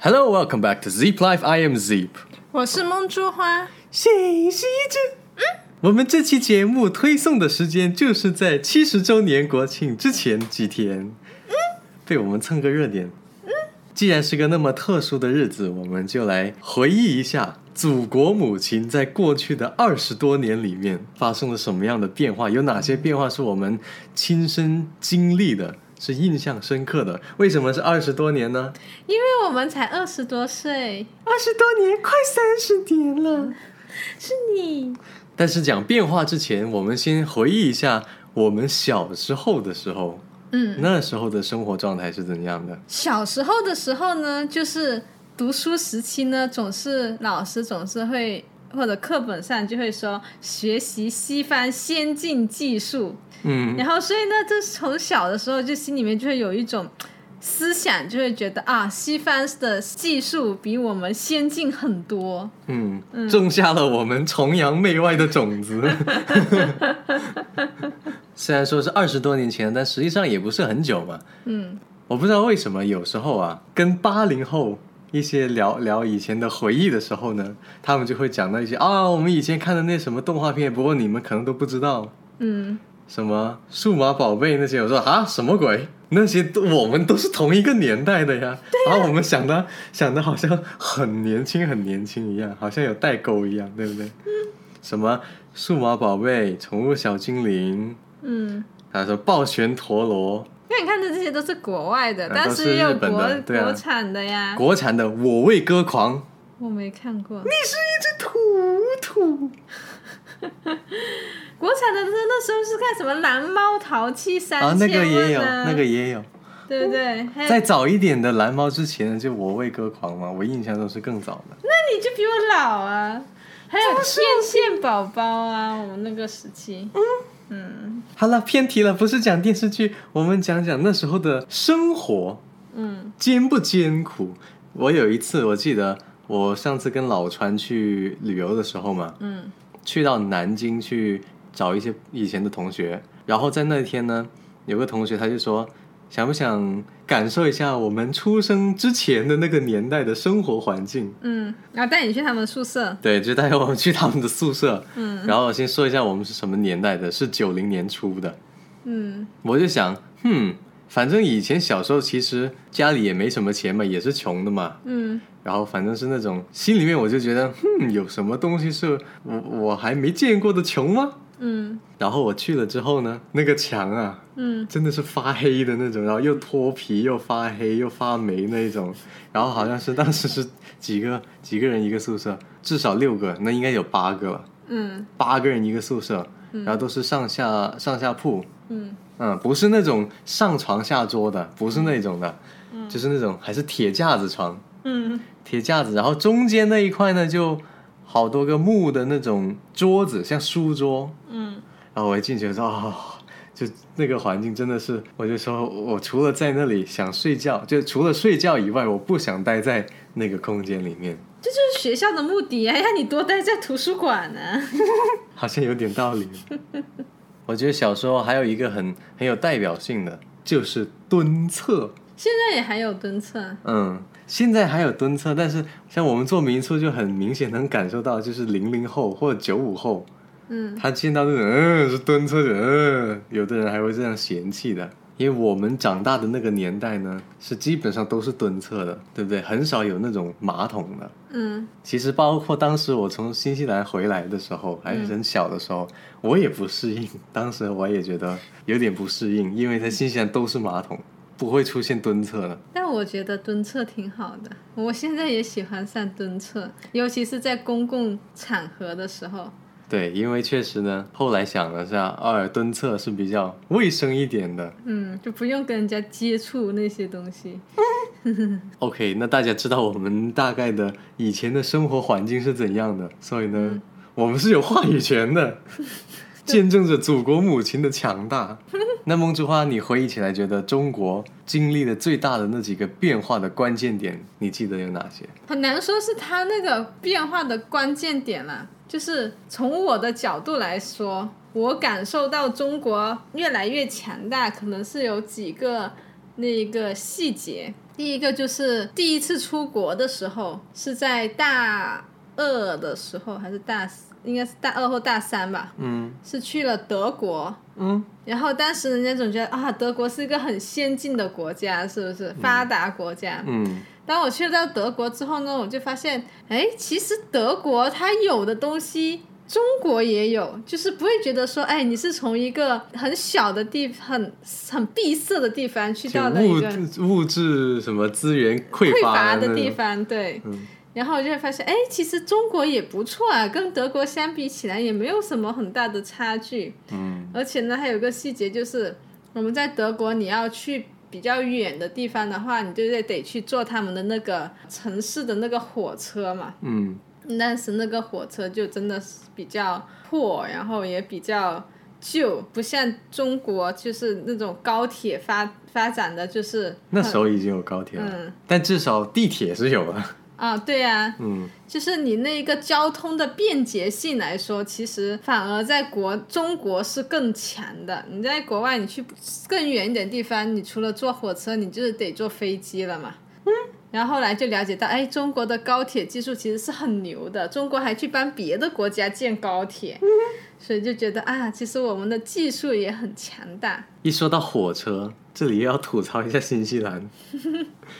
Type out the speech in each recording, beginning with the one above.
Hello, welcome back to Zeep Life. I am Zeep。我是梦珠花，谁是一只？我们这期节目推送的时间就是在七十周年国庆之前几天，被我们蹭个热点。既然是个那么特殊的日子，我们就来回忆一下祖国母亲在过去的二十多年里面发生了什么样的变化，有哪些变化是我们亲身经历的，是印象深刻的。为什么是二十多年呢？因为我们才二十多岁，二十多年，快三十年了。是你但是讲变化之前，我们先回忆一下我们小时候的时候，嗯，那时候的生活状态是怎样的？小时候的时候呢，就是读书时期呢，总是老师总是会或者课本上就会说学习西方先进技术，嗯然后所以呢，这从小的时候就心里面就会有一种。思想就会觉得啊，西方的技术比我们先进很多，嗯，种下了我们崇洋媚外的种子。 虽然说是二十多年前，但实际上也不是很久嘛。嗯，我不知道为什么有时候啊，跟八零后一些聊聊以前的回忆的时候呢，他们就会讲到一些啊，我们以前看的那什么动画片，不过你们可能都不知道。嗯，什么数码宝贝那些，我说啊什么鬼？那些都我们都是同一个年代的呀，然后我们想的想的好像很年轻很年轻一样，好像有代沟一样，对不对？什么数码宝贝、宠物小精灵，嗯，还有什么暴旋陀螺，那你看的这些都是国外的，啊但都是也有日本国、的对啊国产的呀。国产的《我为歌狂》，我没看过，你是一只土土，国产的那那时候是看什么蓝猫淘气三啊，那千个也问有，啊，那个也有。对不对？还有再早一点的蓝猫之前就《我为歌狂》嘛，我印象中是更早的。那你就比我老啊，还有天线宝宝啊，我们那个时期，嗯好了，偏题了，不是讲电视剧，我们讲讲那时候的生活嗯艰不艰苦。我有一次，我记得我上次跟老川去旅游的时候嘛，嗯去到南京去找一些以前的同学，然后在那天呢，有个同学他就说，想不想感受一下我们出生之前的那个年代的生活环境？嗯，然后带你去他们宿舍，对，就带我们去他们的宿舍。嗯然后我先说一下我们是什么年代的，是九零年初的。嗯我就想，哼，反正以前小时候其实家里也没什么钱嘛，也是穷的嘛。嗯，然后反正是那种心里面我就觉得，哼，有什么东西是我我还没见过的穷吗？嗯然后我去了之后呢，那个墙啊，嗯真的是发黑的那种，然后又脱皮又发黑又发霉那一种，然后好像是当时是几个几个人一个宿舍，至少六个，那应该有八个了，嗯八个人一个宿舍，然后都是上下上下铺，嗯嗯，不是那种上床下桌的，不是那种的，就是那种还是铁架子床，嗯铁架子，然后中间那一块呢就好多个木的那种桌子，像书桌。嗯，然后我一进去我说哦，就那个环境真的是，我就说我除了在那里想睡觉，就除了睡觉以外，我不想待在那个空间里面，这就是学校的目的呀，让你多待在图书馆啊呢、好像有点道理。我觉得小时候还有一个很很有代表性的，就是蹲厕。现在也还有蹲厕，嗯，现在还有蹲厕，但是像我们做民宿就很明显能感受到，就是零零后或者九五后，嗯他见到那种嗯是蹲厕的，嗯，有的人还会这样嫌弃的。因为我们长大的那个年代呢，是基本上都是蹲厕的，对不对？很少有那种马桶的。嗯其实包括当时我从新西兰回来的时候，还是很小的时候，我也不适应。当时我也觉得有点不适应，因为在新西兰都是马桶，不会出现蹲厕的。但我觉得蹲厕挺好的，我现在也喜欢上蹲厕，尤其是在公共场合的时候。对，因为确实呢，后来想了下，二蹲厕是比较卫生一点的。嗯，就不用跟人家接触那些东西。 OK，那大家知道我们大概的以前的生活环境是怎样的，所以嗯呢，我们是有话语权 的，见证着祖国母亲的强大。那梦之花，你回忆起来觉得中国经历的最大的那几个变化的关键点，你记得有哪些？很难说是他那个变化的关键点啦，就是从我的角度来说，我感受到中国越来越强大，可能是有几个那一个细节。第一个就是第一次出国的时候是在大二的时候，还是大应该是大二或大三吧，嗯是去了德国。嗯，然后当时人家总觉得啊，德国是一个很先进的国家，是不是发达国家？嗯，当我去到德国之后呢，我就发现，哎，其实德国它有的东西。中国也有，就是不会觉得说，哎，你是从一个很小的地、很很闭塞的地方去就到了一个物物质什么资源匮匮乏乏的地方，方，对。嗯然后我就会发现，哎，其实中国也不错啊，跟德国相比起来也没有什么很大的差距。嗯而且呢，还有一个细节就是，我们在德国，你要去比较远的地方的话，你就得得去坐他们的那个城市的那个火车嘛。嗯但是那个火车就真的是比较破，然后也比较旧，不像中国就是那种高铁发发展的就是那时候已经有高铁了，嗯但至少地铁是有了，啊，对呀、嗯就是你那一个交通的便捷性来说，其实反而在国中国是更强的。你在国外，你去更远一点地方，你除了坐火车，你就是得坐飞机了嘛。嗯。然后后来就了解到，哎，中国的高铁技术其实是很牛的，中国还去帮别的国家建高铁。嗯。所以就觉得啊，其实我们的技术也很强大。一说到火车，这里又要吐槽一下新西 兰。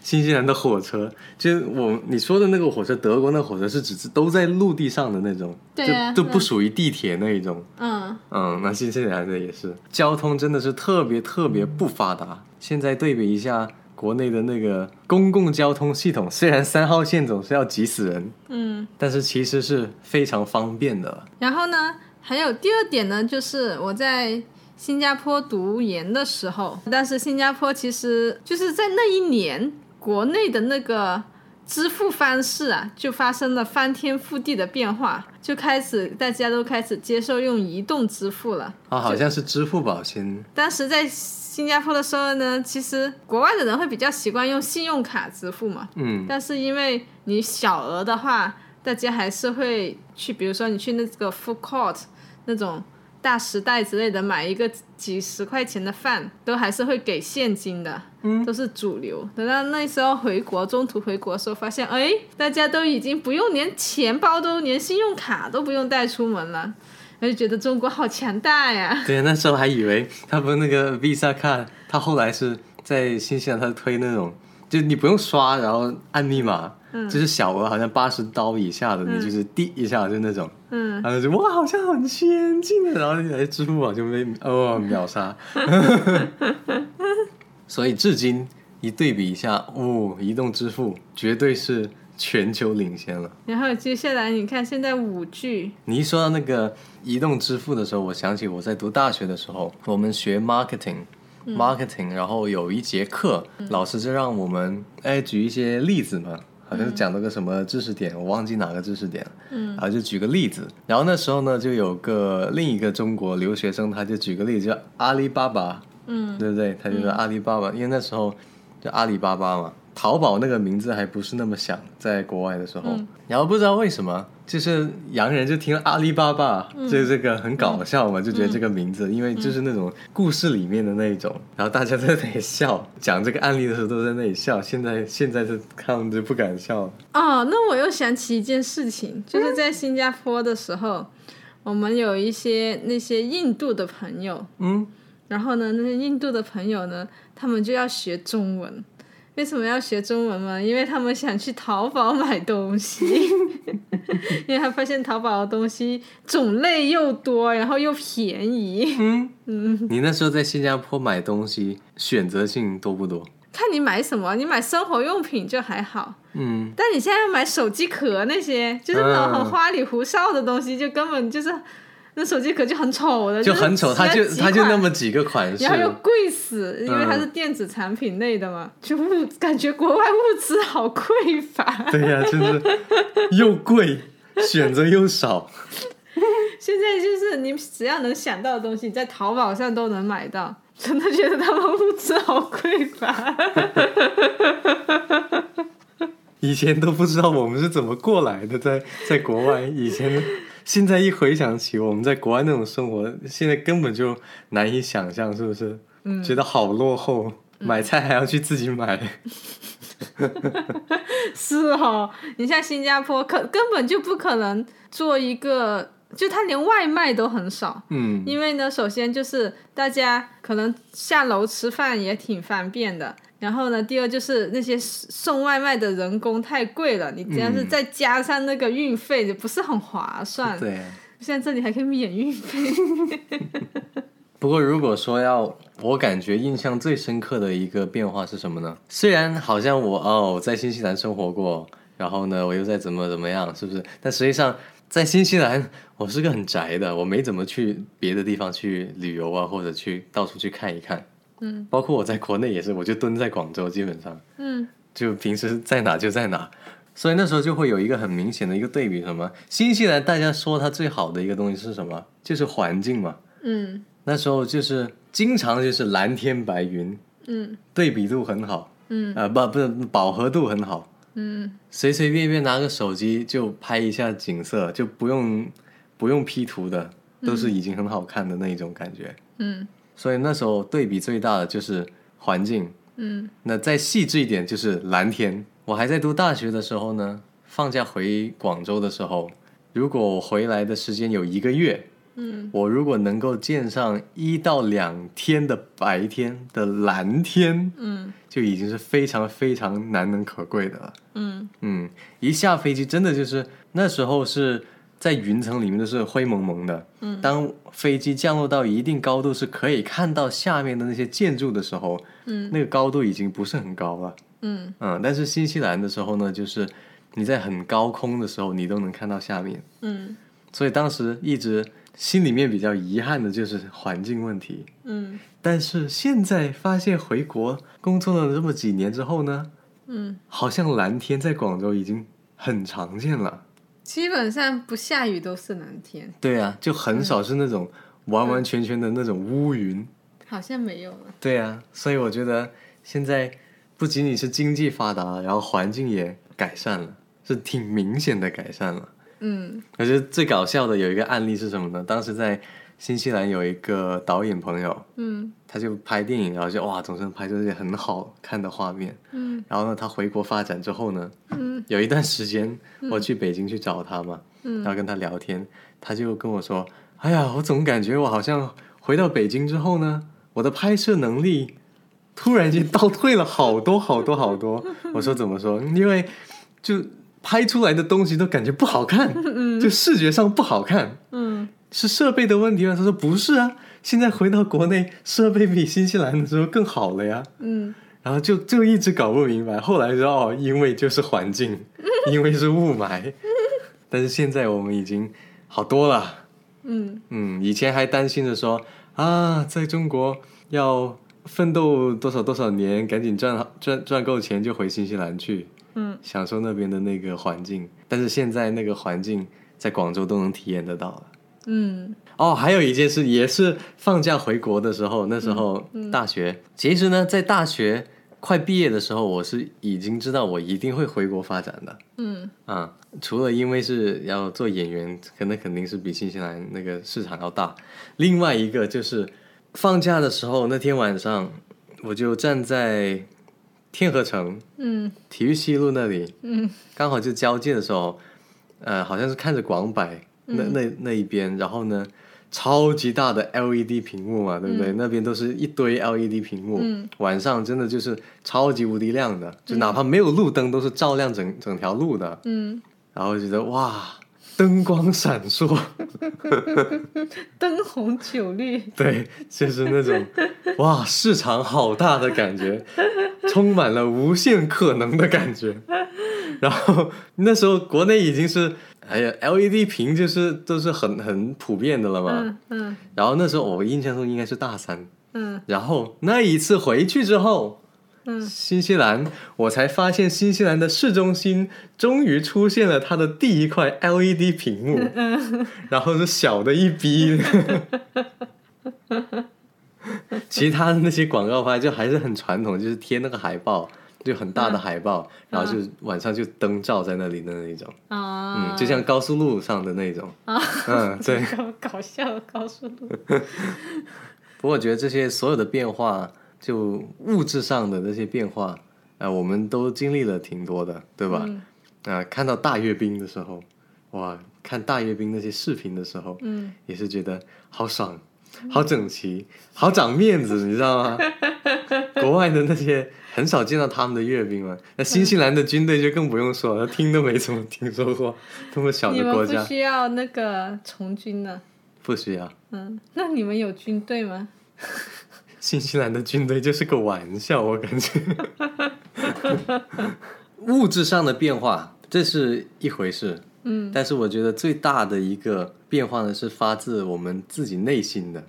新西兰的火车，就是我你说的那个火车，德国那火车是指都在陆地上的那种，对啊就就不嗯属于地铁那一种。嗯，嗯，那新西兰的也是，交通真的是特别特别不发达。现在对比一下国内的那个公共交通系统，虽然三号线总是要挤死人，嗯。但是其实是非常方便的。然后呢，还有第二点呢，就是我在新加坡读研的时候，但是新加坡其实就是在那一年，国内的那个支付方式啊，就发生了翻天覆地的变化，就开始大家都开始接受用移动支付了。啊，好像是支付宝先，当时在新加坡的时候呢，其实国外的人会比较习惯用信用卡支付嘛，嗯但是因为你小额的话，大家还是会去，比如说你去那个 food court 那种大时代之类的买一个几十块钱的饭，都还是会给现金的，嗯都是主流。等到那时候回国，中途回国的时候，发现哎，大家都已经不用连钱包都连信用卡都不用带出门了，我就觉得中国好强大呀。对，那时候还以为他们那个 Visa 卡，他后来是在新西兰，他推那种，就你不用刷，然后按密码，就是小额，好像八十刀以下的，你就是滴一下就那种，嗯，然后就哇，好像很先进的，然后你来支付宝就被哦秒杀，所以至今一对比一下，哦，移动支付绝对是全球领先了。然后接下来你看现在五 G，你一说到那个移动支付的时候，我想起我在读大学的时候，我们学 marketing。marketing，然后有一节课，老师就让我们哎举一些例子嘛，好像是讲了个什么知识点，我忘记哪个知识点了，嗯，然后就举个例子。然后那时候呢，就有个另一个中国留学生，他就举个例子，叫阿里巴巴，嗯对不对？他就说阿里巴巴，因为那时候就阿里巴巴嘛，淘宝那个名字还不是那么响，在国外的时候，嗯然后不知道为什么，就是洋人就听了阿里巴巴，嗯就是这个很搞笑嘛，就觉得这个名字，因为就是那种故事里面的那一种，然后大家在那里笑， 讲这个案例的时候都在那里笑，现在现在是他们就不敢笑了，哦，那我又想起一件事情，就是在新加坡的时候，我们有一些那些印度的朋友，嗯， 然后呢，那些印度的朋友呢，他们就要学中文。为什么要学中文嘛？因为他们想去淘宝买东西， 因为他发现淘宝的东西种类又多，然后又便宜。嗯嗯，你那时候在新加坡买东西选择性多不多？看你买什么，你买生活用品就还好，嗯，但你现在要买手机壳那些，就是那种嗯很花里胡哨的东西，就根本就是那手机壳就很丑的，就是很丑，他就几他就款那么几个款式，然后又贵死，因为它嗯是电子产品类的嘛，就物感觉国外物资好匮乏。 对呀、真是又贵，选择又少。现在就是你只要能想到的东西，你在淘宝上都能买到，真的觉得他们物资好匮乏。 以前都不知道我们是怎么过来的，在在国外，以前现在一回想起我们在国外那种生活，现在根本就难以想象，是不是？嗯，觉得好落后。买菜还要去自己买，是哦，你像新加坡可根本就不可能做一个，就他连外卖都很少。嗯，因为呢，首先就是大家可能下楼吃饭也挺方便的，然后呢，第二就是那些送外卖的人工太贵了，你这样是嗯再加上那个运费，就不是很划算。对。啊现在这里还可以免运费，不过，如果说要我感觉印象最深刻的一个变化是什么呢？虽然好像我哦在新西兰生活过，然后呢我又在怎么怎么样，是不是？但实际上在新西兰我是个很宅的，我没怎么去别的地方去旅游啊，或者去到处去看一看。嗯，包括我在国内也是，我就蹲在广州，基本上嗯就平时在哪就在哪。所以那时候就会有一个很明显的一个对比，什么？新西兰大家说它最好的一个东西是什么？就是环境嘛。嗯那时候就是经常就是蓝天白云，嗯对比度很好，嗯呃，不不是饱和度很好，嗯，随随便便拿个手机就拍一下景色，就不用不用 P 图的，都是已经很好看的那一种感觉。嗯所以那时候对比最大的就是环境，嗯那再细致一点就是蓝天。我还在读大学的时候呢，放假回广州的时候，如果我回来的时间有一个月，嗯，我如果能够见上一到两天的白天的蓝天，嗯就已经是非常非常难能可贵的了。嗯嗯，一下飞机真的就是那时候是在云层里面都是灰蒙蒙的。嗯，当飞机降落到一定高度，是可以看到下面的那些建筑的时候，嗯那个高度已经不是很高了。嗯嗯，但是新西兰的时候呢，就是你在很高空的时候，你都能看到下面。嗯所以当时一直心里面比较遗憾的就是环境问题。嗯但是现在发现回国工作了这么几年之后呢，嗯，好像蓝天在广州已经很常见了。基本上不下雨都是蓝天，对啊，就很少是那种完完全全的那种乌云。好像没有了。对啊，所以我觉得现在不仅仅是经济发达了，然后环境也改善了，是挺明显的改善了。嗯我觉得最搞笑的有一个案例是什么呢？当时在新西兰有一个导演朋友，嗯他就拍电影，然后就哇，总是拍出一些很好看的画面。嗯然后呢，他回国发展之后呢，嗯有一段时间我去北京去找他嘛，嗯然后跟他聊天，他就跟我说：“哎呀，我总感觉我好像回到北京之后呢，我的拍摄能力突然间倒退了好多好多好多。”我说：“怎么说？因为就拍出来的东西都感觉不好看，就视觉上不好看。”嗯是设备的问题吗？他说不是啊，现在回到国内，设备比新西兰的时候更好了呀。嗯然后就就一直搞不明白，后来知道哦，因为就是环境，因为是雾霾。但是现在我们已经好多了，嗯嗯，以前还担心着说啊，在中国要奋斗多少多少年，赶紧赚赚赚够钱就回新西兰去嗯享受那边的那个环境。但是现在那个环境在广州都能体验得到了。嗯哦，还有一件事也是放假回国的时候，那时候大学，其实呢，在大学快毕业的时候，我是已经知道我一定会回国发展的嗯啊、除了因为是要做演员，可能肯定是比新西兰那个市场要大。另外一个就是放假的时候，那天晚上我就站在天河城嗯体育西路那里，嗯刚好就交界的时候，呃，好像是看着广百那那那一边，然后呢，超级大的 LED 屏幕嘛，对不对？那边都是一堆 LED 屏幕，嗯晚上真的就是超级无敌亮的，就哪怕没有路灯，都是照亮整整条路的。嗯，然后觉得哇，灯光闪烁，灯红酒绿。对，就是那种哇，市场好大的感觉，充满了无限可能的感觉。然后那时候国内已经是，哎呀，LED 屏就是都是很很普遍的了嘛。嗯嗯然后那时候我印象中应该是大三，嗯然后那一次回去之后，嗯新西兰我才发现新西兰的市中心终于出现了它的第一块 LED 屏 幕，然后是小的一逼。 其他的那些广告牌就还是很传统，就是贴那个海报，就很大嗯的海报，然后就晚上就灯罩在那里的那一种，啊，嗯，就像高速路上的那种，啊嗯，对。搞搞笑的高速路。不过我觉得这些所有的变化就物质上的那些变化，啊、我们都经历了挺多的，对吧？嗯啊、看到大阅兵的时候，哇，看大阅兵那些视频的时候，嗯，也是觉得好爽、好整齐、好长面子，你知道 吗？国外的那些很少见到他们的阅兵嘛，那新西兰的军队就更不用说了，听都没怎么听说过，这么小嗯你的们国不家需要那个从军呢？不需要。嗯，那你们有军队吗？新西兰的军队就是个玩笑，我感 觉。物质上的变化，这是一回事。嗯，但是我觉得最大的一个变化呢，是发自我们自己内心的，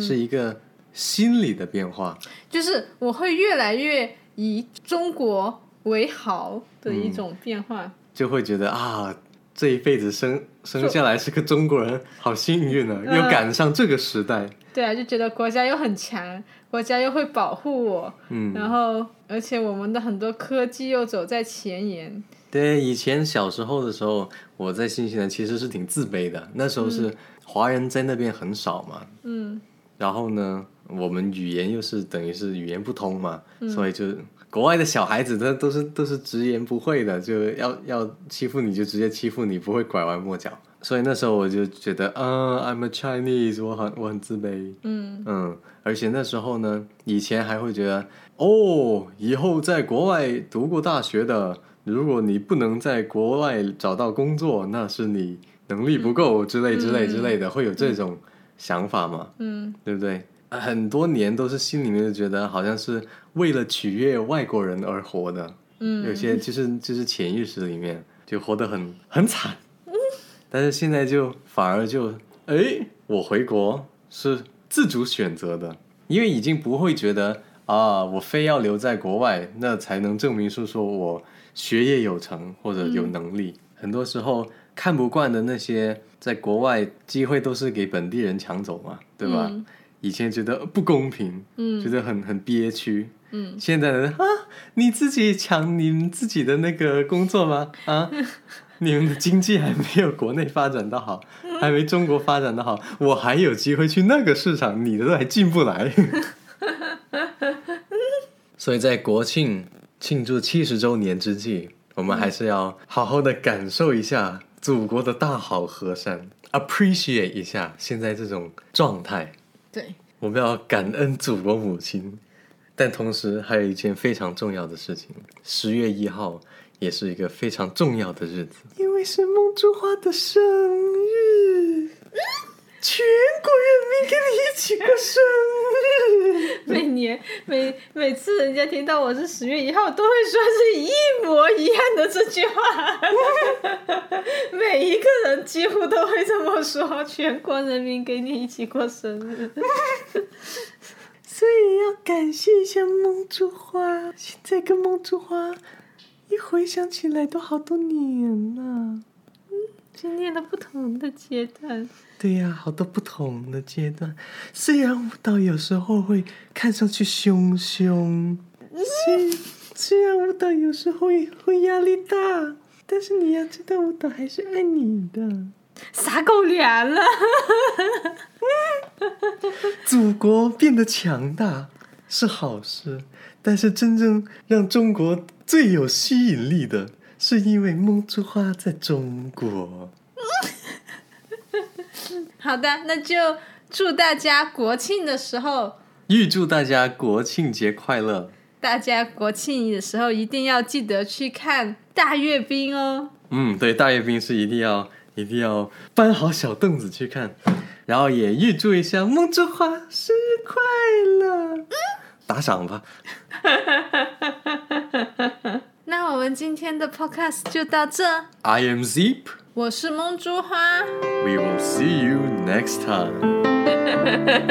是一个心理的变化。就是我会越来越以中国为豪的一种变化。就会觉得啊，这一辈子生生下来是个中国人，好幸运啊，嗯又赶上这个时代。对啊，就觉得国家又很强，国家又会保护我，嗯，然后而且我们的很多科技又走在前沿。对，以前小时候的时候，我在新西兰其实是挺自卑的，那时候是华人在那边很少嘛，嗯然后呢，我们语言又是等于是语言不通嘛，所以就国外的小孩子他都是都是直言不讳的，就要要欺负你就直接欺负你，不会拐弯抹角。所以那时候我就觉得，嗯、i m a Chinese，我很我很自卑。嗯嗯，而且那时候呢，以前还会觉得，哦，以后在国外读过大学的，如果你不能在国外找到工作，那是你能力不够之类之类之类的，会有这种想法嘛，嗯，对不对？很多年都是心里面就觉得好像是为了取悦外国人而活的，嗯，有些就是就是潜意识里面就活得很很惨，但是现在就反而就哎，我回国是自主选择的，因为已经不会觉得啊，我非要留在国外，那才能证明是说我学业有成或者嗯有能力。很多时候看不惯的那些在国外机会都是给本地人抢走嘛，对吧？嗯以前觉得不公平，嗯觉得很很憋屈，嗯，现在的人啊，你自己抢你们自己的那个工作吗？啊， 你们的经济还没有国内发展的好，还没中国发展的好，我还有机会去那个市场，你的都还进不来。所以在国庆庆祝七十周年之际，我们还是要好好的感受一下祖国的大好河山，appreciate 一下现在这种状态。对，我们要感恩祖国母亲，但同时还有一件非常重要的事情，十月一号也是一个非常重要的日子，因为是梦珠花的生日，全国人民跟你一起过生日。每年每每次人家听到我是十月一号，都会说是一模一样的这句话，每一个人几乎都会这么说，全国人民给你一起过生日。所以要感谢一下梦珠花，现在跟梦珠花一回想起来都好多年了。经历了不同的阶段，对呀、好多不同的阶段。虽然舞蹈有时候会看上去凶凶，虽虽然舞蹈有时候也会压力大，但是你要知道，舞蹈还是爱你的。撒狗粮了。祖国变得强大是好事，但是真正让中国最有吸引力的，是因为梦珠花在中国。好的，那就祝大家国庆的时候，预祝大家国庆节快乐！大家国庆的时候一定要记得去看大阅兵哦。嗯，对，大阅兵是一定要一定要搬好小凳子去看，然后也预祝一下梦之花生日快乐，打赏吧。那我们今天的 podcast 就到这， I am Zeep, 我是梦珠花， we will see you next time.